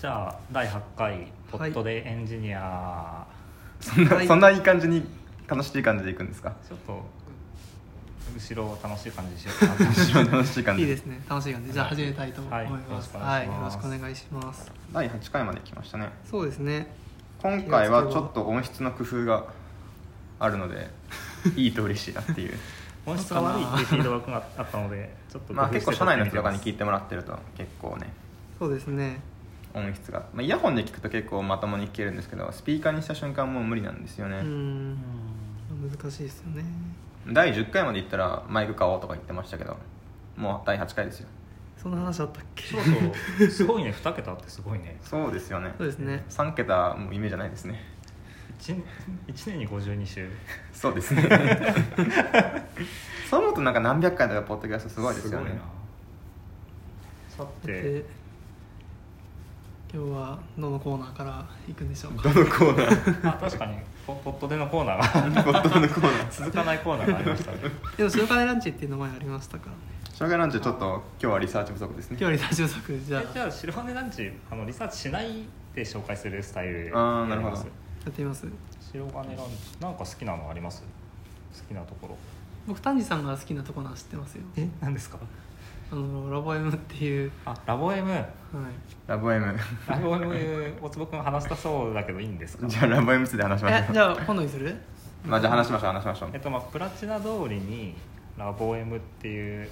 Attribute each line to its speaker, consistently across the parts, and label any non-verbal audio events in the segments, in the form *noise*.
Speaker 1: じゃあ第8回「ポットでエンジニア」
Speaker 2: そんな、
Speaker 3: はい
Speaker 2: そんないい感じに楽しい感じでいくんですか
Speaker 1: ちょっと後ろを楽しい感じにしよ
Speaker 2: *laughs*
Speaker 1: うかなと思います
Speaker 2: 一番楽しい感
Speaker 3: い
Speaker 2: じ
Speaker 3: いですね楽しい感じじゃあ
Speaker 1: はい
Speaker 3: 始めたいと思います
Speaker 1: は
Speaker 3: はいい
Speaker 1: よ
Speaker 3: よ
Speaker 1: ろ
Speaker 3: ろ
Speaker 1: し
Speaker 3: し
Speaker 1: く
Speaker 3: く
Speaker 1: お
Speaker 3: お
Speaker 1: 願
Speaker 3: 願いします
Speaker 2: 第8回まで来ましたね
Speaker 3: そうですね
Speaker 2: 今回はちょっと音質の工夫があるのでいいと嬉しいなっていう
Speaker 1: 音質が悪いっていうフィードバックがあったのでちょっと
Speaker 2: まあ結構社内の人とかに聞い
Speaker 1: て
Speaker 2: てもらってると結構ね
Speaker 3: そうですね
Speaker 2: 音質が、まあ、イヤホンで聞くと結構まともに聞けるんですけどスピーカーにした瞬間もう無理なんですよ
Speaker 3: う
Speaker 2: ね、
Speaker 3: ん難しいですよね
Speaker 2: 第10回まで行ったらマイク買おうとか言ってましたけどもう第8回ですよ
Speaker 3: そんな話あったっけ
Speaker 1: そうそうすごいね2桁ってすごいね
Speaker 2: そうですよね
Speaker 3: そうですね
Speaker 2: 3桁もう夢じゃないですね
Speaker 1: 1, 年に52週
Speaker 2: そうです *laughs* ねそう思うとなんか何百回とかポッドキャストすごいですよね
Speaker 1: すごいなさて
Speaker 3: で今日はどのコーナーから行くんでしょう
Speaker 2: ど
Speaker 3: か
Speaker 2: のコーナー
Speaker 1: あ確かにポポットでのコーナーが *laughs*
Speaker 2: ポッドのコーナ *laughs* ー
Speaker 1: 続かないコーナーがありましたね
Speaker 3: でも「塩辛ランチ」っていう名前ありましたからね
Speaker 2: 障害ランチはちょっと今日はリサーチ不足ですね
Speaker 3: 今日は大丈作じゃ
Speaker 1: えじゃ
Speaker 3: あ
Speaker 1: あ白羽ランチあのリサーチしないで紹介するスタイル
Speaker 2: あーなるほど
Speaker 1: やります
Speaker 3: やってみます
Speaker 1: 白金ランチなんか好きなのあります好きなところ
Speaker 3: 僕丹治さんが好きなところは知ってますよ
Speaker 1: え何ですか
Speaker 3: あのラボエムっていう
Speaker 1: あラボ M
Speaker 3: はい
Speaker 1: *laughs*
Speaker 2: ラボ M
Speaker 1: ラボ M 大坪君話したそうだけどいいんですか
Speaker 2: *laughs* じゃあラボ M2 で話しま
Speaker 3: え
Speaker 2: し
Speaker 3: じ
Speaker 2: ょう
Speaker 3: ゃあ今度にする
Speaker 2: まあじゃあ話しましょう話しましょう
Speaker 1: えっとまあプラチナ通りにラボ M っていう、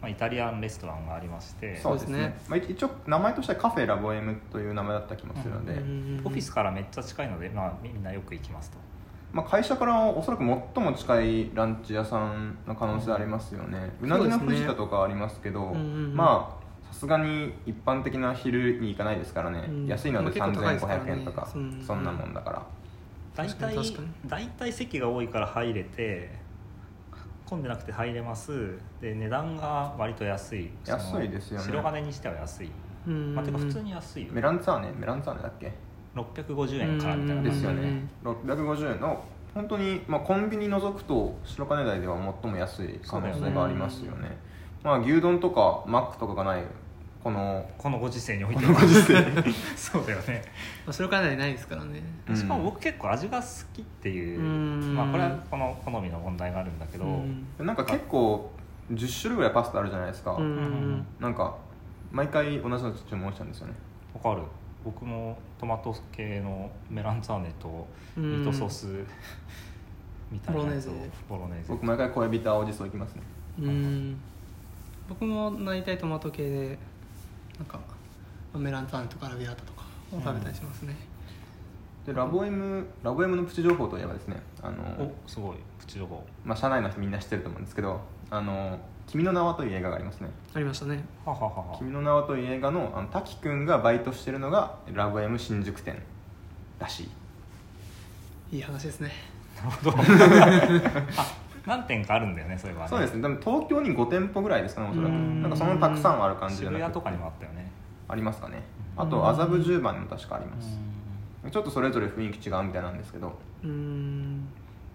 Speaker 1: まあ、イタリアンレストランがありまして
Speaker 2: そうですね
Speaker 3: そうです
Speaker 2: まあ、一応名前としてはカフェラボエムという名前だった気もするので、
Speaker 3: うん
Speaker 1: オフィスからめっちゃ近いので、まあ、みんなよく行きますと
Speaker 2: まあ、会社からおそらく最も近いランチ屋さんの可能性ありますよね、うなぎの藤田とかありますけ
Speaker 3: う
Speaker 2: ど
Speaker 3: んうんうん
Speaker 2: まあさすがに一般的な昼に行かないですからね、
Speaker 3: うん
Speaker 2: 安いので
Speaker 3: まあ結構高いですから
Speaker 2: 3500
Speaker 3: ね
Speaker 2: 円とか
Speaker 3: そん
Speaker 2: そんなもんだから、
Speaker 1: 大
Speaker 3: 確か
Speaker 1: 体
Speaker 3: に確かに
Speaker 1: 大体席が多いから入れて混んでなくて入れますで値段が割と安いその
Speaker 2: 安いですよね
Speaker 1: 白金にしては安い、
Speaker 3: うん
Speaker 1: まあ、てか普通に安いよ
Speaker 2: メランツァーネメランツァーネだっけ
Speaker 1: 650円からみたいな
Speaker 2: で
Speaker 1: 感
Speaker 2: す
Speaker 1: じ
Speaker 2: よ
Speaker 1: で
Speaker 2: ね、650円の本当にまあ、コンビニ除くと白金台では最も安い可能性がありますよね
Speaker 3: そうだ
Speaker 2: まあ牛丼とかマックとかがないこの
Speaker 1: このご時世におい
Speaker 2: こ
Speaker 1: て
Speaker 2: のご時世
Speaker 1: *laughs* そうだよね
Speaker 3: まあ、それからないですからね
Speaker 2: うん
Speaker 1: しかも僕結構味が好きっていう
Speaker 3: うん
Speaker 1: まあ、これはこの好みの問題があるんだけど、
Speaker 3: うん
Speaker 2: なんか結構10種類ぐらいパスタあるじゃないですか、
Speaker 3: うんうん
Speaker 2: なんか毎回同じの注文しちゃうんですよね
Speaker 1: わかる僕もトマト系のメランツァーネと
Speaker 3: うん
Speaker 1: ミートソースみたいなやつを
Speaker 3: ボロネーゼ
Speaker 1: ボロネーゼ
Speaker 2: 僕毎回恋人青じそ行きますね
Speaker 3: うん僕もなりたいトマト系でなんかメランタンとかアラビアータとかを食べたりしますね、
Speaker 2: でラボ M ラボ M のプチ情報といえばですねあの、
Speaker 1: おすごいプチ情報
Speaker 2: まあ、社内の人みんな知ってると思うんですけど「あの君の名は」という映画がありますね
Speaker 3: ありましたね
Speaker 1: ははは
Speaker 2: 「
Speaker 1: は
Speaker 2: 君の名は」という映画のあの滝くんがバイトしてるのがラボ M 新宿店らしい
Speaker 3: いい話ですね
Speaker 1: なるほどあ何点かあるんだよねそういえば、ね、
Speaker 2: そうですねでも東京に5店舗ぐらいですかねおそらく
Speaker 3: うん
Speaker 2: なんかそんなたくさんはある感じじゃ
Speaker 1: 渋
Speaker 2: な
Speaker 1: 谷
Speaker 2: く
Speaker 1: と
Speaker 2: て
Speaker 1: かにもあったよね
Speaker 2: ありますかねあ
Speaker 3: うん
Speaker 2: と麻布十番にも確かあり
Speaker 1: う
Speaker 2: ます
Speaker 1: ん
Speaker 2: ちょっとそれぞれ雰囲気違うみたいなんですけど
Speaker 3: うん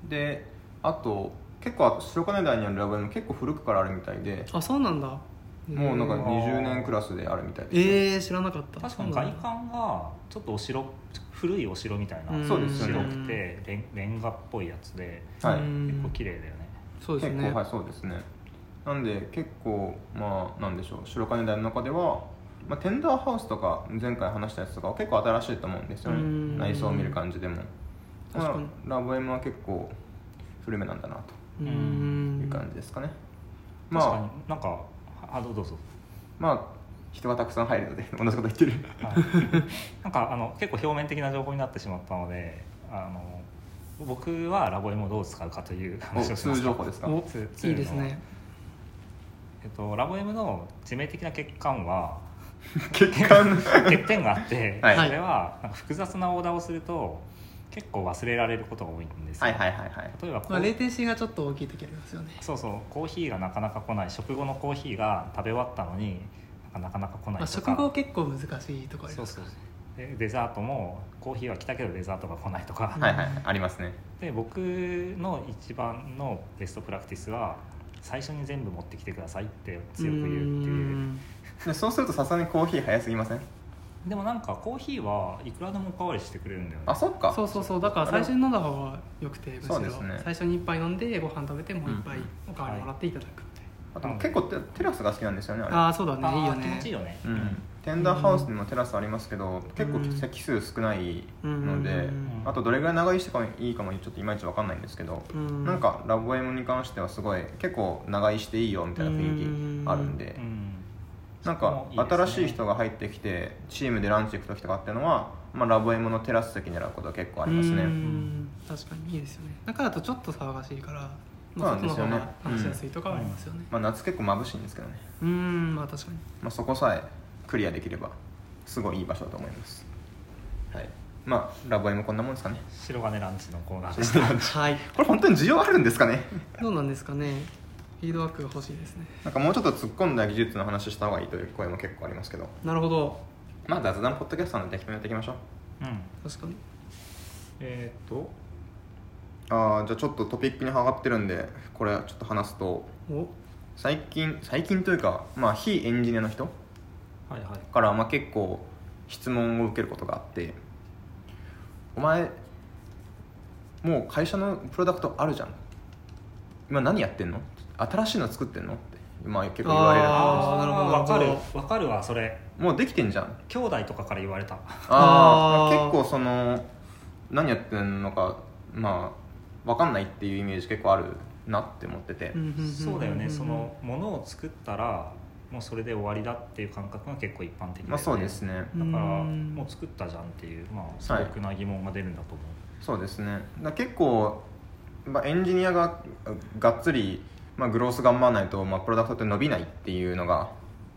Speaker 2: であと結構白金台にあるラボ M 結構古くからあるみたいで
Speaker 3: あそうなんだ
Speaker 2: もうなんか
Speaker 3: ん
Speaker 2: 20年クラスであるみたいです、
Speaker 3: えー、知らなかった
Speaker 1: 確かに外観がちょっとお城古いお城みたいな、
Speaker 3: うん
Speaker 2: そうですよね
Speaker 1: 白くてレンレンガっぽいやつで
Speaker 2: はい
Speaker 3: うん
Speaker 1: 結構綺麗だよね、
Speaker 3: そうです
Speaker 2: 結
Speaker 3: ね
Speaker 2: 構はいそうですねなんで結構まあなんでしょう白金台の中では、まあ、テンダーハウスとか前回話したやつとかは結構新しいと思うんですよ
Speaker 3: う
Speaker 2: ね
Speaker 3: ん
Speaker 2: 内装を見る感じでも、
Speaker 3: 確かに
Speaker 2: まあ、ラボ M は結構古めなんだな
Speaker 3: う
Speaker 2: というん感じですかね、
Speaker 1: 確か
Speaker 2: まあ
Speaker 1: になんかあどうぞどうぞ、
Speaker 2: まあ人がたくさん入るので同じこと言ってる
Speaker 3: *laughs*
Speaker 1: はいなんかあの結構表面的な情報になってしまったのであの僕はラボエモをどう使うかという
Speaker 2: お
Speaker 1: 話をしま
Speaker 2: 通
Speaker 1: す
Speaker 2: 情報ですか
Speaker 3: お
Speaker 1: ツツー
Speaker 3: い
Speaker 1: ルの
Speaker 3: いですね
Speaker 1: えっと、ラボ M の致命的な欠陥は
Speaker 2: 欠陥
Speaker 1: 欠点があって、
Speaker 2: *laughs* はい
Speaker 1: それはなんか複雑なオーダーをすると結構忘れられることが多いんですよ、
Speaker 2: *laughs* はいはいはいはい
Speaker 1: 例えばこう
Speaker 3: まあ、レテンシーがちょっと大きい時ありますよね
Speaker 1: そうそうコーヒーがなかなか来ない食後のコーヒーが食べ終わったのになんかなかなか来ない
Speaker 3: まあ、
Speaker 1: とか、
Speaker 3: 食後結構難しいとこあり
Speaker 1: そ
Speaker 3: ま
Speaker 1: う
Speaker 3: す
Speaker 1: そうでデザートもコーヒーは来たけどデザートが来ないとか、
Speaker 3: うん
Speaker 2: はいはいありますね
Speaker 1: で僕の一番のベストプラクティスは最初に全部持ってきてくださいって強く言うっていう
Speaker 3: うん
Speaker 2: でそうするとさすがにコーヒー早すぎません
Speaker 1: でもなんかコーヒーはいくらでもおかわりしてくれるんだよね
Speaker 2: あそっか
Speaker 3: そうそうそうだから最初に飲んだ方がよくてむしろ
Speaker 2: そうですね
Speaker 3: 最初に一杯飲んでご飯食べてもう一杯
Speaker 2: うん
Speaker 3: おかわりもらっていただくみたい
Speaker 2: あと結構テテラスが好きなんですよねあれ
Speaker 3: な、ああそうだねいいよ
Speaker 1: あー気持ちいい
Speaker 3: ね
Speaker 1: よね
Speaker 2: うん、テンダーハウスにもテラスありますけど、結構席数少ないので、
Speaker 3: うん
Speaker 2: あとどれぐらい長居してもいいかもちょっといまいちわかんないんですけど、
Speaker 3: うん
Speaker 2: なんかラボエモに関してはすごい結構長居していいよみたいな雰囲気あるんで、
Speaker 1: うん
Speaker 2: なんか
Speaker 1: そこもいいですね
Speaker 2: 新しい人が入ってきてチームでランチ行く時とかっていうのは、まあ、ラボエモのテラス席狙うことは結構ありますね、
Speaker 3: うん確かにいいですよね中だとちょっと騒がしいから、まあ、
Speaker 2: そうなんです
Speaker 3: 外
Speaker 2: よ
Speaker 3: の
Speaker 2: ね
Speaker 3: 方が話しやすいとかはありますよね
Speaker 2: まあ、夏結構眩しいんですけどね、
Speaker 3: うんうんまあ確かに
Speaker 2: まあ、そこさえクリアできればすごいいい場所だと思いますはいまあラボエモこんなもんですかね
Speaker 1: 白金ランチのコーナー
Speaker 3: *laughs*
Speaker 1: でした
Speaker 3: はい
Speaker 2: これ本当に需要あるんですかね
Speaker 3: どうなんですかねフィードバックが欲しいですね
Speaker 2: なんかもうちょっと突っ込んだ技術の話した方がいいという声も結構ありますけど
Speaker 3: なるほど
Speaker 2: まあ雑談ポッドキャストなんで決めていきましょう
Speaker 1: うん
Speaker 3: 確かに
Speaker 1: えーっと
Speaker 2: ああじゃあちょっとトピックに上がってるんでこれちょっと話すと
Speaker 3: お
Speaker 2: 最近最近というかまあ非エンジニアの人
Speaker 1: はいはい
Speaker 2: からまあ結構質問を受けることがあって「お前もう会社のプロダクトあるじゃん今何やってんの新しいの作ってんの?」ってまあ結構言われる
Speaker 3: あーなるほど
Speaker 1: わか
Speaker 3: な
Speaker 1: る
Speaker 3: るほ
Speaker 1: わかるわそれ
Speaker 2: もうできてんじゃん
Speaker 1: 兄弟とかから言われた
Speaker 2: あ
Speaker 3: あー
Speaker 2: あ結構その何やってんのかまあ分かんないっていうイメージ結構あるなって思ってて、
Speaker 3: んんんん
Speaker 1: そうだよねそのものを作ったらもうそれで終わりだっていう感覚が結構一般的だよね
Speaker 2: まあそうですね
Speaker 1: だから
Speaker 3: うん
Speaker 1: もう作ったじゃんっていうまあ素朴な疑問が出るんだと思
Speaker 2: そうですねだ結構、まあ、エンジニアががっつり、まあ、グロース頑張らないと、まあ、プロダクトって伸びないっていうのが、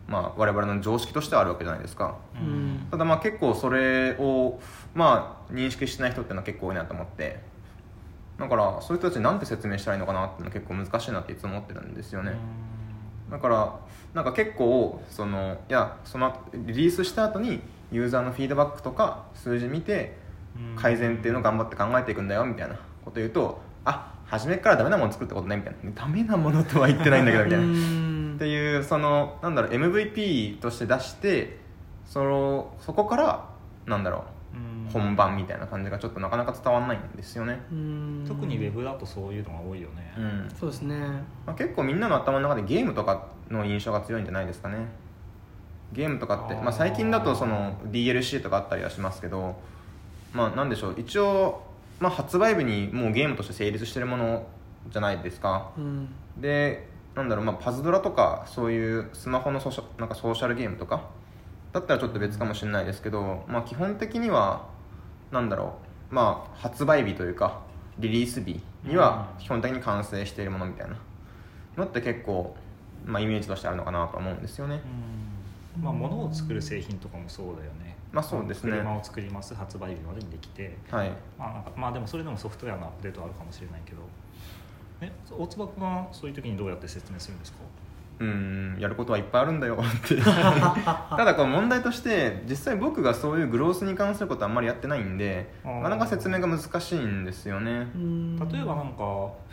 Speaker 2: まあ、我々の常識としてはあるわけじゃないですか
Speaker 1: う、
Speaker 3: うんうん
Speaker 2: ただまあ結構それを、まあ、認識してない人っていうのは結構多いなと思ってだからそういう人たちに何て説明したらいいのかなっていうのは結構難しいなっていつも思ってるんですよね、だからなんか結構そのいやその後リリースした後にユーザーのフィードバックとか数字見て
Speaker 1: うん
Speaker 2: 改善っていうのを頑張って考えていくんだよみたいなこと言うとあ初めからダメなもの作ったことないみたいなダメなものとは言ってないんだけどみたいな
Speaker 3: うん
Speaker 2: っていうそのなんだろう MVP として出してそのそこからなんだろ
Speaker 1: うん
Speaker 2: う本番みたいな感じがちょっとなかなか伝わんないんですよね、
Speaker 3: うん
Speaker 1: 特にウェブだとそういうのが多いよね
Speaker 2: うん
Speaker 3: そうですね
Speaker 2: まあ、結構みんなの頭の中でゲームとかの印象が強いんじゃないですかねゲームとかって
Speaker 1: あー
Speaker 2: まあ、最近だとその DLC とかあったりはしますけどまあなんでしょう一応、まあ、発売日にもうゲームとして成立してるものじゃないですか
Speaker 3: うん
Speaker 2: でなんだろう、まあ、パズドラとかそういうスマホのソシャなんかソーシャルゲームとかだったらちょっと別かもしれないですけど、まあ、基本的にはなんだろう、まあ、発売日というかリリース日には
Speaker 1: うん
Speaker 2: 基本的に完成しているものみたいなのって結構、まあ、イメージとしてあるのかなと思うんですよね。
Speaker 1: うんまあ物を作る製品とかもそうだよね
Speaker 2: まあそうですね
Speaker 1: 車を作ります発売日までにできて
Speaker 2: はい、
Speaker 1: まあなんかまあでもそれでもソフトウェアのアップデートはあるかもしれないけどえ大坪君はそういう時にどうやって説明するんですか
Speaker 2: うんやることはいっぱいあるんだよっ
Speaker 1: *laughs*
Speaker 2: てただこう問題として実際僕がそういうグロースに関することはあんまりやってないんで
Speaker 1: あー
Speaker 2: なかなか説明が難しいんですよね
Speaker 3: うん
Speaker 1: 例えばなんか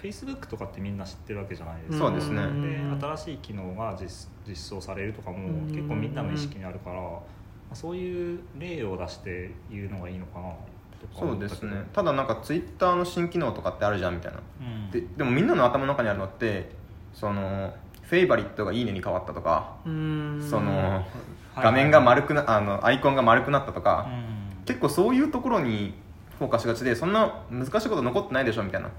Speaker 1: Facebook とかってみんな知ってるわけじゃないですか
Speaker 2: そうですね
Speaker 3: ん
Speaker 1: で新しい機能が実実装されるとかも
Speaker 3: うん
Speaker 1: 結構みんなの意識にあるから、まあ、そういう例を出して言うのがいいのかなとか
Speaker 2: そ
Speaker 1: 思
Speaker 2: う
Speaker 1: ったけ
Speaker 2: で
Speaker 1: ど
Speaker 2: すねただなんかツイッターの新機能とかってあるじゃんみたいな
Speaker 1: うん
Speaker 2: ででもみんなの頭の中にあるのってそのフェイバリットが「いいね」に変わったとか
Speaker 3: うん
Speaker 2: その
Speaker 1: はい
Speaker 2: 画面が丸くなあのアイコンが丸くなったと
Speaker 1: う
Speaker 2: か
Speaker 1: ん
Speaker 2: 結構そういうところにフォーカスしがちでそんな難しいこと残ってないでしょみたいな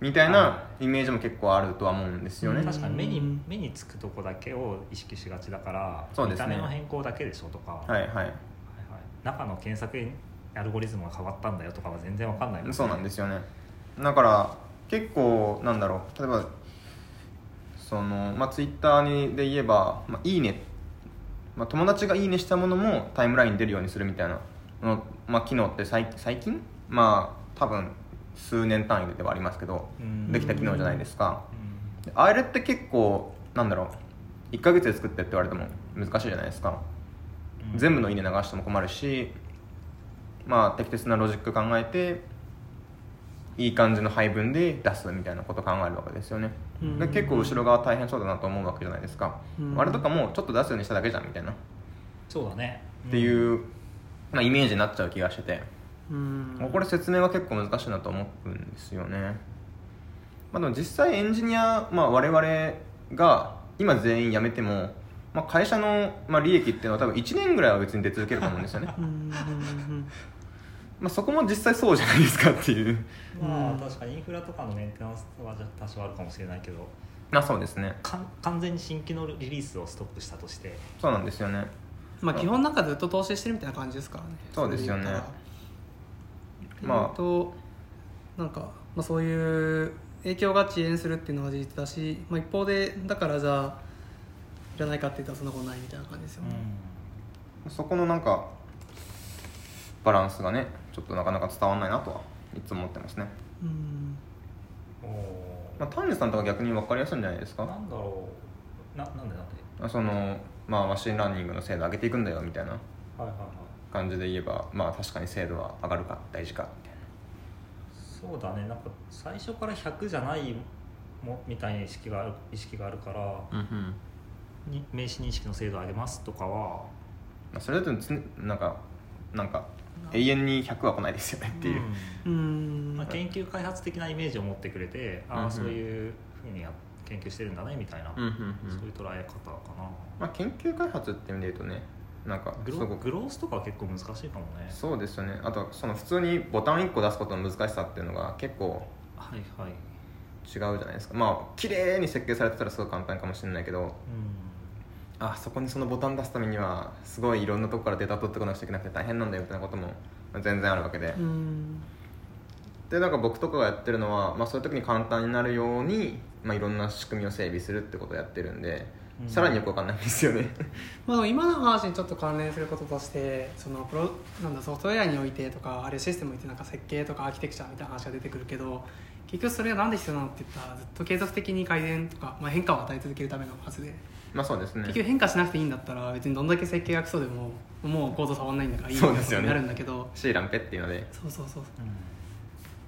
Speaker 2: みたいなイメージも結構あるとは思うんですよね
Speaker 1: 確かに目
Speaker 3: う
Speaker 1: に
Speaker 3: ん
Speaker 1: 目につくとこだけを意識しがちだから、
Speaker 2: そうで
Speaker 1: 見
Speaker 2: す
Speaker 1: た
Speaker 2: ね
Speaker 1: 目の変更だけでしょとか、はい
Speaker 2: はいはい
Speaker 1: はい中の検索アルゴリズムが変わったんだよとかは全然わかんないもんね
Speaker 2: そうなんですよねだから結構なんだろう例えばその、まあ、ツイッターにで言えば「まあ、いいね」まあ、友達が「いいね」したものもタイムラインに出るようにするみたいなの、まあ、機能って最最近まあ多分数年単位ではありますけど
Speaker 1: うん
Speaker 2: できた機能じゃないですか
Speaker 1: うん
Speaker 2: であれって結構なんだろう1ヶ月で作ってって言われても難しいじゃないですか
Speaker 1: うん
Speaker 2: 全部の「いいね」流しても困るしまあ適切なロジック考えていい感じの配分で出すみたいなこと考えるわけですよね、
Speaker 3: うん
Speaker 2: で結構後ろ側大変そうだなと思うわけじゃないですか、
Speaker 3: うん
Speaker 2: あれとかもちょっと出すようにしただけじゃんみたいなっ
Speaker 1: そうだね
Speaker 2: ていううなイメージになっちゃう気がしてて、
Speaker 3: うん、
Speaker 2: これ説明が結構難しいなと思うんですよね、まあ、でも実際エンジニア、まあ、我々が今全員辞めても、まあ、会社の、まあ、利益っていうのは多分1年ぐらいは別に出続けると思うんですよね
Speaker 3: うんうん
Speaker 2: まあ、そこも実際そうじゃないですかっていう
Speaker 1: ま
Speaker 3: う
Speaker 1: あ
Speaker 3: ん
Speaker 1: 確かにインフラとかのメンテナンスは多少あるかもしれないけど
Speaker 2: まあそうですね
Speaker 1: かん完全に新規のリリースをストップしたとして
Speaker 2: そうなんですよね
Speaker 3: まあ基本なんかずっと投資してるみたいな感じですからね
Speaker 2: そうですよね
Speaker 3: れ言うたら
Speaker 2: まあ
Speaker 3: えっとなんか、まあ、そういう影響が遅延するっていうのは事実だし、まあ、一方でだからじゃあいらないかって言ったらそんなことないみたいな感じですよね、
Speaker 2: そこのなんかバランスがねちょっとなかなか伝わらないなとはいつも思ってますね、
Speaker 3: うん
Speaker 1: うんおー
Speaker 2: まあ、丹治さんとか逆に分かりやすいんじゃないです
Speaker 1: な
Speaker 2: か
Speaker 1: んだろうななんでなんで
Speaker 2: その、まあ、マシンランニングの精度上げていくんだよみたいな
Speaker 1: はいはいはい
Speaker 2: 感じで言えばまあ確かに精度は上がるか大事かみたい
Speaker 1: そうだねなんか最初から100じゃないもみたいな意識がある意識があるから
Speaker 2: な、うんうん
Speaker 1: に名刺認識の精度を上げますとかは
Speaker 2: まあ、それだとつなんかなんか永遠に100は来ないですよねっていう、
Speaker 3: う
Speaker 1: うん
Speaker 3: ん
Speaker 1: まあ、研究開発的なイメージを持ってくれて、
Speaker 2: うん
Speaker 1: あ
Speaker 2: う
Speaker 1: あ
Speaker 2: ん
Speaker 1: そういうふうにや研究してるんだねみたいな、そういう捉え方か
Speaker 2: まあ、研究開発って意味で言うとねなんか
Speaker 1: な
Speaker 2: す
Speaker 1: グロ
Speaker 2: ごく
Speaker 1: グロースとかは結構難しいかもね
Speaker 2: そうですよねあとその普通にボタン1個出すことの難しさっていうのが結構
Speaker 1: はいはい
Speaker 2: 違うじゃないですかまあ綺麗に設計されてたらすごい簡単かもしれないけど
Speaker 1: うん
Speaker 2: あそこにそのボタン出すためにはすごいいろんなとこからデータ取ってこなくちゃいけなくて大変なんだよみたいなこともまあ全然あるわけで、
Speaker 3: うん
Speaker 2: でなんか僕とかがやってるのは、まあ、そういう時に簡単になるように、まあ、いろんな仕組みを整備するってことをやってるんで、
Speaker 1: うん
Speaker 2: さらによくわかんないんですよね
Speaker 3: まあ、でも今の話にちょっと関連することとしてそのプロなんだソフトウェアにおいてとかあるいはシステムにおいてなんか設計とかアーキテクチャみたいな話が出てくるけど結局それは何で必要なのって言ったらずっと継続的に改善とか、まあ、変化を与え続けるためのはずで
Speaker 2: まあそうですね
Speaker 3: 結局変化しなくていいんだったら別にどんだけ設計がクソでももう構造触んないんだからいいみた
Speaker 2: そ
Speaker 3: いうな
Speaker 2: で
Speaker 3: こ
Speaker 2: す
Speaker 3: と
Speaker 2: よ
Speaker 3: に
Speaker 2: ね
Speaker 3: なるんだけど
Speaker 2: シーランペっていうので
Speaker 3: そうそうそう
Speaker 1: うん
Speaker 3: っ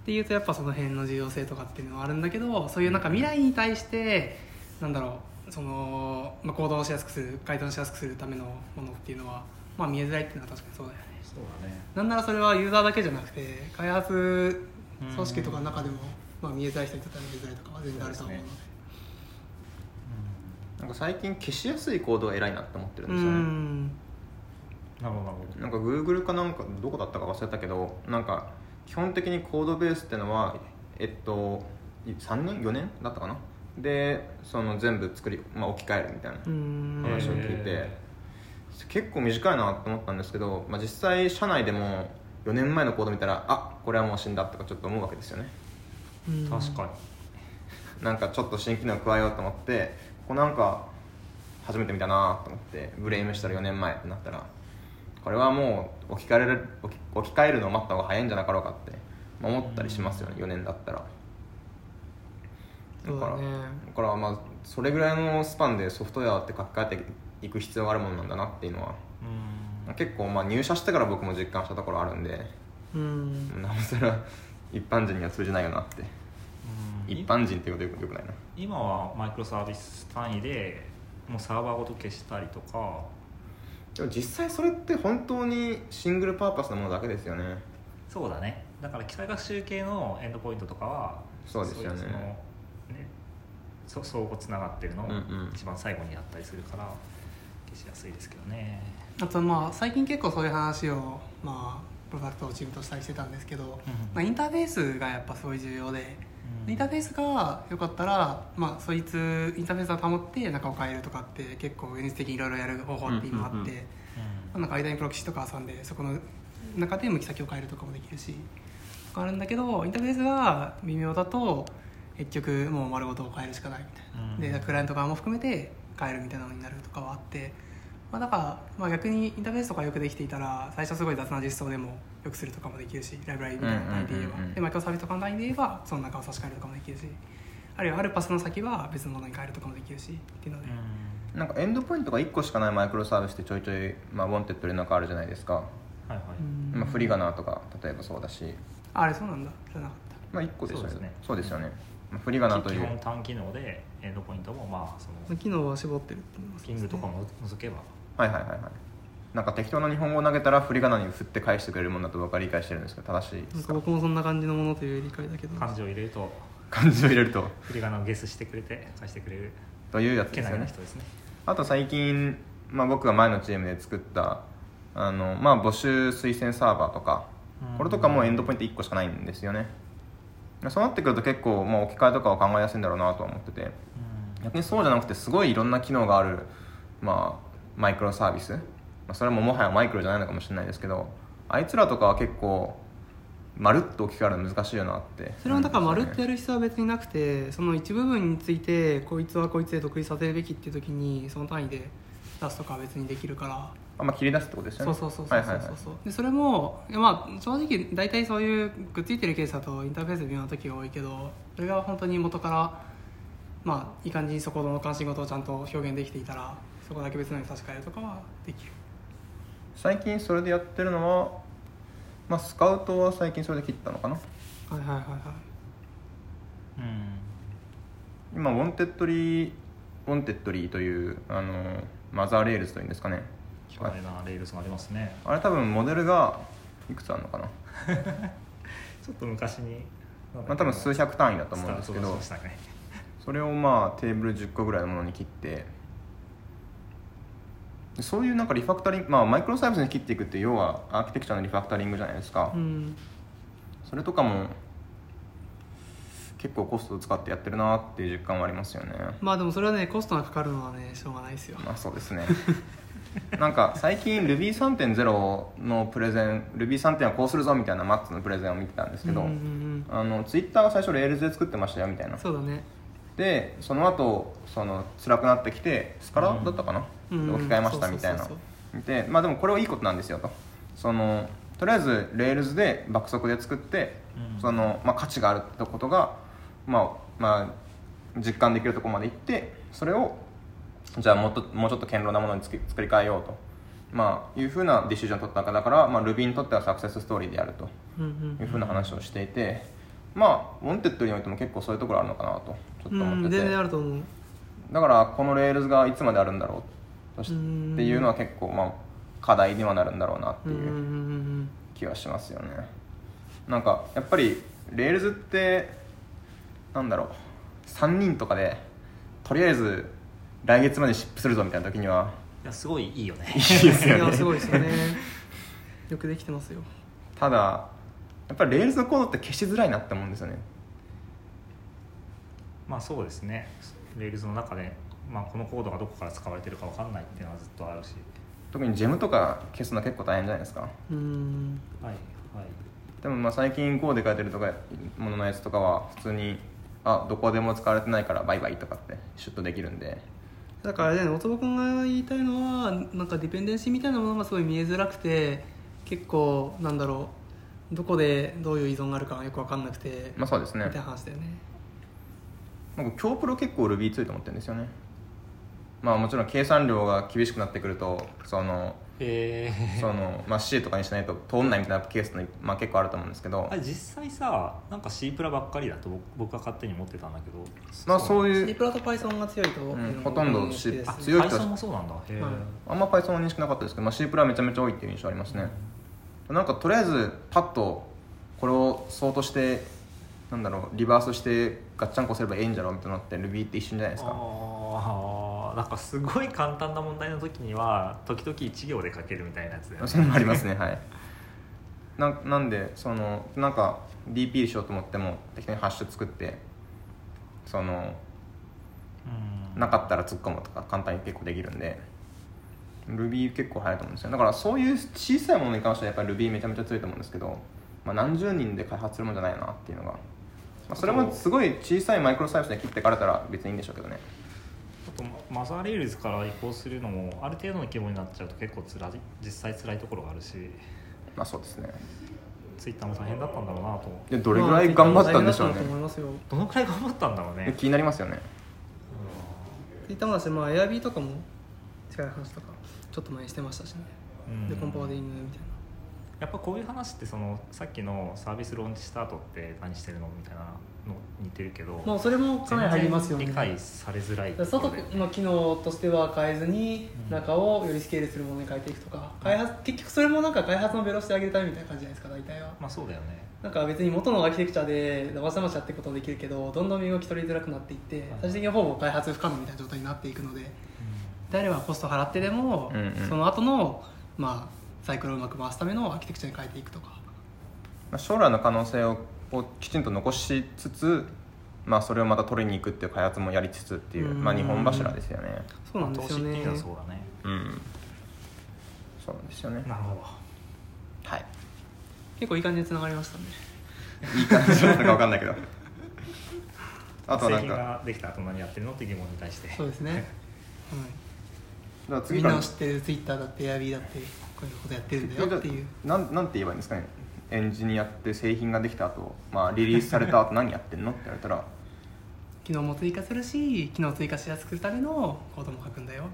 Speaker 3: ていうとやっぱその辺の重要性とかっていうのはあるんだけどそういうなんか未来に対してなんだろうその、まあ、行動をしやすくする改善をしやすくするためのものっていうのは、まあ、見えづらいっていうのは確かにそうだよね
Speaker 1: そうだね
Speaker 3: なんならそれはユーザーだけじゃなくて開発組織とかの中でも
Speaker 1: うん、
Speaker 3: まあ、見えづらい人にとっては見えづらいとかは全然あると思うので
Speaker 1: そう
Speaker 2: なんか最近消しやすいコードは偉いなって思ってるん
Speaker 3: う
Speaker 2: ですよね、
Speaker 3: ん
Speaker 1: なるほどなるほど
Speaker 2: なんか Google かなんかどこだったか忘れたけどなんか基本的にコードベースってのはえっと3年4年だったかなでその全部作り、まあ、置き換えるみたいな
Speaker 3: うん
Speaker 2: 話を聞いて、
Speaker 1: え
Speaker 2: 結構短いなと思ったんですけど、まあ、実際社内でも4年前のコード見たらあこれはもう死んだとかちょっと思うわけですよね
Speaker 3: うん
Speaker 1: 確かに
Speaker 2: なんかちょっと新機能加えようと思ってここなんか初めて見たなと思ってブレイムしたら4年前ってなったらこれはもう置き換えられる置き置き換えるのを待った方が早いんじゃなかろうかってまあ思ったりしますよね4年だったら
Speaker 3: そうだね
Speaker 2: だからまあそれぐらいのスパンでソフトウェアって書き換えていく必要があるものなんだなっていうのは
Speaker 1: うん
Speaker 2: 結構まあ入社してから僕も実感したところあるんで
Speaker 3: うん
Speaker 2: なおさら一般人には通じないよなって
Speaker 1: うん
Speaker 2: 一般人っていうことよくよくないな
Speaker 1: 今はマイクロサービス単位でもうサーバーごと消したりとか
Speaker 2: でも実際それって本当にシングルパーパスなものだけですよね
Speaker 1: そうだねだから機械学習系のエンドポイントとかは
Speaker 2: そうですよね
Speaker 1: そいうそのねそ相互つながってるのを
Speaker 2: うんうん
Speaker 1: 一番最後にやったりするから消しやすいですけどね、
Speaker 3: あとまあ最近結構そういう話をまあプロダクトをチームとしたりしてたんですけど、まあ、インターフェースがやっぱすごい重要でインターフェースが良かったら、まあ、そいつインターフェースを保って中を変えるとかって結構現実的にいろいろやる方法って今あって、
Speaker 2: うんうんう
Speaker 1: う
Speaker 2: ん
Speaker 3: まあなんか間にプロキシとか挟んでそこの中で向き先を変えるとかもできるしとかあるんだけどインターフェースが微妙だと結局もう丸ごと変えるしかないみたいな、
Speaker 1: うん
Speaker 3: でクライアント側も含めて変えるみたいなのになるとかはあって、まあ、だから、まあ、逆にインターフェースとかよくできていたら最初すごい雑な実装でもよくするとかもできるしライブラリみたいな単位で言えば、
Speaker 2: うんうんうんうん
Speaker 3: でマイクロサービスとかの単位で言えばその中を差し替えるとかもできるしあるいはアルパスの先は別のものに変えるとかもできるしっていうので、
Speaker 1: ん
Speaker 2: なんかエンドポイントが1個しかないマイクロサービスってちょいちょい、まあ、ウォンテッドでなんかあるじゃないですか、
Speaker 1: はいはい、
Speaker 3: うん
Speaker 2: まあ、フリガナーとか例えばそうだし、
Speaker 3: ああれそうなんだじゃなかった
Speaker 2: まあ、1個ですよ
Speaker 1: そうです
Speaker 2: ね
Speaker 1: ね
Speaker 2: そうですよね、まあ、フリガナーと
Speaker 1: 基
Speaker 2: いう
Speaker 1: 本単機能でエンドポイントもまあその
Speaker 3: 機能は絞ってるって言います
Speaker 1: ピングとかも除けば
Speaker 2: はいはいはいはいなんか適当な日本語を投げたら振り仮名に振って返してくれるもんだと僕は理解してるんですけど正しいで
Speaker 3: なん
Speaker 2: す
Speaker 3: か
Speaker 2: か
Speaker 3: 僕もそんな感じのものという理解だけど
Speaker 1: 漢字を入れると
Speaker 2: 漢字を入れると
Speaker 1: 振り仮名をゲスしてくれて返してくれる
Speaker 2: というやつ
Speaker 1: け
Speaker 2: です
Speaker 1: な
Speaker 2: よ
Speaker 1: げな
Speaker 2: ね
Speaker 1: 人ですね
Speaker 2: あと最近、まあ、僕が前のチームで作ったあの、まあ、募集推薦サーバーとか
Speaker 1: うん
Speaker 2: これとかもうエンドポイント1個しかないんですよねそうなってくると結構、まあ、置き換えとかを考えやすいんだろうなとは思ってて逆にそうじゃなくてすごいいろんな機能がある、まあ、マイクロサービス、まあ、それももはやマイクロじゃないのかもしれないですけどあいつらとかは結構まるっと置き換えるの難しいよなって
Speaker 3: それもだからまるっとや
Speaker 2: る
Speaker 3: る必要は別になくてその一部分についてこいつはこいつで独立させるべきっていう時にその単位で出すとかは別にできるから
Speaker 2: あんま切り出すってことですよ
Speaker 3: そ
Speaker 2: ね
Speaker 3: うそうそうそうそうそうそうでそれもいやまあ正直大体そういうくっついてるケースだとインターフェース微妙な時が多いけどそれが本当に元からまあいい感じにそこの関心事をちゃんと表現できていたらそこだけ別のに差し替えるとかはできる
Speaker 2: 最近それでやってるのは、まあ、スカウトは最近それで切ったのかな
Speaker 3: はいはいはいはい
Speaker 1: うん
Speaker 2: 今ウォンテッドリーウォンテッドリーというあのマザーレールズというんですかね
Speaker 1: 巨大なレールスがありますね
Speaker 2: あれ多分モデルがいくつあるのかな、
Speaker 1: ちょっと昔に
Speaker 2: まあ、多分数百単位だと思うんですけ
Speaker 1: スタート
Speaker 2: ど
Speaker 1: 出しましたね
Speaker 2: それをまあテーブル10個ぐらいのものに切ってでそういうなんかリファクタリングまあマイクロサービスに切っていくって要はアーキテクチャのリファクタリングじゃないですか、
Speaker 3: うん
Speaker 2: それとかも結構コストを使ってやってるなっていう実感はありますよね
Speaker 3: まあでもそれはねコストがかかるのはねしょうがないですよ
Speaker 2: まあそうですね *laughs* なんか最近 Ruby3.0 のプレゼン Ruby3.0 はこうするぞみたいなマッツのプレゼンを見てたんですけど、
Speaker 3: うんうんうん
Speaker 2: あの Twitter が最初 Rails で作ってましたよみたいな
Speaker 3: そうだね
Speaker 2: でその後その辛くなってきてスカラだったかな、
Speaker 3: うん
Speaker 2: で置き換えました
Speaker 3: うん
Speaker 2: みたい
Speaker 3: そ
Speaker 2: な
Speaker 3: うそうそう
Speaker 2: でまあでもこれはいいことなんですよとそのとりあえず Rails で爆速で作って、
Speaker 1: うん
Speaker 2: そのまあ、価値があるってことが、まあまあ、実感できるところまで行ってそれをじゃあもっともうちょっと堅牢なものにつき作り変えようと、まあ、いうふうなディシジョンを取ったわけだから、まあ、Ruby にとってはサクセスストーリーでやると
Speaker 3: うんうん
Speaker 2: いうふうな話をしていて、まあウォンテッドにおいても結構そういうところあるのかなとちょっと
Speaker 3: う
Speaker 2: 思
Speaker 3: ん
Speaker 2: ってて、
Speaker 3: 全然あると思う
Speaker 2: だからこのレールズがいつまであるんだろうとし
Speaker 3: うーん
Speaker 2: っていうのは結構まあ課題にはなるんだろうなって
Speaker 3: うんう
Speaker 2: い
Speaker 3: んうん
Speaker 2: う
Speaker 3: うん
Speaker 2: 気はしますよねなんかやっぱりレールズってなんだろう3人とかでとりあえず来月までシップするぞみたいな時にはい
Speaker 1: やすごいいいよね
Speaker 2: いいです
Speaker 3: い
Speaker 2: よ
Speaker 3: や
Speaker 2: ね
Speaker 3: すごいですよねよくできてますよ
Speaker 2: ただやっぱりレールズのコードって消しづらいなって思うんですよね
Speaker 1: まあそうですねレールズの中で、まあ、このコードがどこから使われてるかわかんないっていうのはずっとあるし
Speaker 2: 特にジェムとか消すの結構大変じゃないですか
Speaker 3: うん
Speaker 1: はいはい
Speaker 2: でもまあ最近 Go で書いてるとかもののやつとかは普通にあどこでも使われてないからバイバイとかってシュッとできるんで
Speaker 3: だからね大久保君が言いたいのはなんかディペンデンシーみたいなものがすごい見えづらくて結構なんだろうどこでどういう依存があるかがよく分かんなくて、
Speaker 2: まあそうですね
Speaker 3: みたいな話だよね
Speaker 2: 僕京プロ結構 Ruby 強いと思ってるんですよねまあもちろん計算量が厳しくなってくるとその
Speaker 1: え
Speaker 2: その、まあ、C とかにしないと通んないみたいなケースの、まあ、結構あると思うんですけど
Speaker 1: あれ実際さなんか C プラばっかりだと僕僕は勝手に持ってたんだけど
Speaker 2: まあそうい
Speaker 3: C
Speaker 2: う、
Speaker 3: プラと Python が強いと、
Speaker 2: うんほとんど C
Speaker 3: です
Speaker 1: あ
Speaker 2: 強い人は
Speaker 1: Python もそうなんだへえ、
Speaker 3: はい
Speaker 2: あんま Python の認識なかったですけど、まあ、C プラはめちゃめちゃ多いっていう印象ありますね、なんかとりあえずパッとこれを相当してなんだろうリバースしてガッチャンコすればええんじゃろみたいなのって Ruby って一瞬じゃないですか
Speaker 1: あーなんかすごい簡単な問題の時には時々1行で書けるみたいなやつだよね
Speaker 2: それもありますねはいななんでそのなんか DP しようと思っても適当にハッシュ作ってその
Speaker 1: うん
Speaker 2: なかったら突っ込むとか簡単に結構できるんで Ruby 結構早いと思うんですよだからそういう小さいものに関してはやっぱり Ruby めちゃめちゃ強いと思うんですけど、まあ、何十人で開発するもんじゃないなっていうのが、まあ、それもすごい小さいマイクロサービスで切ってかれたら別にいいんでしょうけどね
Speaker 1: あとマザーレールズから移行するのもある程度の規模になっちゃうと結構辛い実際辛いところがあるし
Speaker 2: まあそうですね
Speaker 1: ツイッターも大変だったん *laughs* だろうなと
Speaker 2: でどれぐらい頑張ったんでしょうね
Speaker 3: まあ Twitter も大変だったと思いますよ
Speaker 1: どのくらい頑張ったんだろうね
Speaker 2: 気になりますよね
Speaker 3: Twitter もだし、まあ、Airb とかも近い話とかちょっと前にしてましたしね
Speaker 1: うん
Speaker 3: でコンパウンディングみたいな
Speaker 1: やっぱこういう話ってそのさっきのサービスローンチした後って何してるのみたいなの似てるけど、
Speaker 3: まあ、それもかなり入りますよね
Speaker 1: 全然理解されづらいところ
Speaker 3: 外
Speaker 1: で
Speaker 3: の機能としては変えずに
Speaker 1: うん
Speaker 3: 中をよりスケールするものに変えていくとか開発結局それもなんか開発のベロシティ上げるためみたいな感じじゃないですか大体は
Speaker 1: まあそうだよね
Speaker 3: なんか別に元のアーキテクチャで騙さましちゃってことできるけどどんどん身動き取りづらくなっていって最終的にほぼ開発不可能みたいな状態になっていくのでであればコスト払ってでも、
Speaker 2: うんうん
Speaker 3: その後のまあサイクルをうまく回すためのアーキテクチャに変えていくとか
Speaker 2: まあ、将来の可能性をこうきちんと残しつつ、まあ、それをまた取りに行くっていう開発もやりつつっていう、
Speaker 3: うん
Speaker 2: まあ、2本柱ですよね
Speaker 3: そうなんですよね
Speaker 1: 投資っていうのはそうだね
Speaker 2: うんそうなんですよね
Speaker 1: なるほど
Speaker 2: はい
Speaker 3: 結構いい感じにつながりましたね
Speaker 2: いい感じだったか分かんない
Speaker 3: *laughs*
Speaker 2: けどあとは
Speaker 1: 製
Speaker 2: なん
Speaker 1: 品
Speaker 2: か
Speaker 1: ができた後何やってるのって疑問に対して
Speaker 3: そうですね、はい
Speaker 2: じゃあ
Speaker 3: み
Speaker 2: 次
Speaker 3: ん
Speaker 2: か
Speaker 3: な
Speaker 2: ら
Speaker 3: の知ってるツイッターだってエアビーだってこういうことやってるんだよっていう
Speaker 2: なんなんて言えばいいんですかねエンジニアって製品ができた後、まあリリースされた後何やってんのって言われたら
Speaker 3: 機能も追加するし機能追加しやすくするためのコードも書くんだよ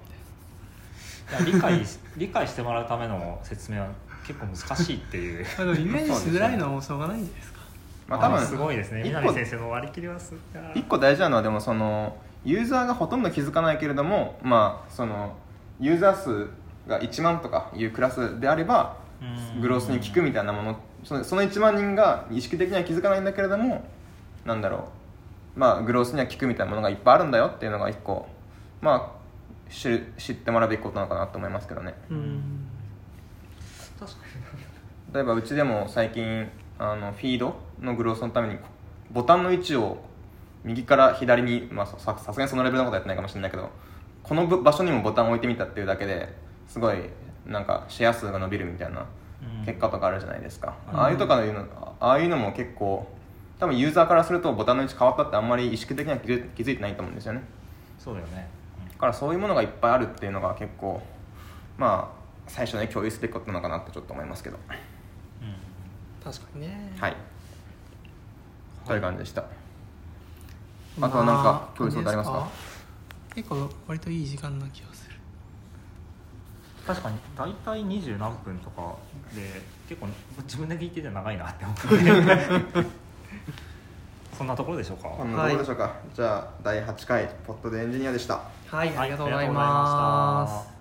Speaker 3: みたいない
Speaker 1: や理解し理解してもらうための説明は結構難しいっていう
Speaker 3: まあでもイメージしづらいのはもうしょうがないんじゃないですか
Speaker 2: *laughs* まあ多
Speaker 1: あ
Speaker 2: 分
Speaker 1: のすごいですね
Speaker 2: 一個
Speaker 1: 南先生の割り切りはすごいな
Speaker 2: 一個大事なのはでもそのユーザーがほとんど気づかないけれどもまあそのユーザー数が1万とかいうクラスであれば
Speaker 1: うん
Speaker 2: グロースに効くみたいなものそのその1万人が意識的には気づかないんだけれどもなんだろうまあグロースには効くみたいなものがいっぱいあるんだよっていうのが一個まあ知る知ってもらうべきことなのかなと思いますけどね
Speaker 3: うん
Speaker 1: 確か
Speaker 2: 例えばうちでも最近あのフィードのグロースのためにボタンの位置を右から左に、まあ、ささすがにそのレベルのことやってないかもしれないけどこのぶ場所にもボタンを置いてみたっていうだけですごいなんかシェア数が伸びるみたいな
Speaker 1: に
Speaker 2: 結果とかあるじゃないですか、
Speaker 1: うん
Speaker 2: ああいうとかのいうのああいうのも結構多分ユーザーからするとボタンの位置変わったってあんまり意識的には気づ気づいてないと思うんですよね
Speaker 1: そうだよね、
Speaker 2: だからそういうものがいっぱいあるっていうのが結構まあ最初に共有すべきことなのかなってちょっと思いますけど
Speaker 1: うん
Speaker 3: 確かにね
Speaker 2: はいという感じでした、
Speaker 3: ま
Speaker 2: あとはなんか共有することありますか
Speaker 3: 感じですか結構割といい時間な気がする
Speaker 1: 確かに大体二十何分とかで結構自分で聞いてて長いなって思って
Speaker 2: *laughs*
Speaker 1: そんなところでしょうか、
Speaker 2: こんなところでしょうか、じゃあ第8回ポッドでエンジニアでした
Speaker 3: はいありがとうござい
Speaker 1: はありがとうございま
Speaker 3: ま
Speaker 1: し
Speaker 3: す
Speaker 1: た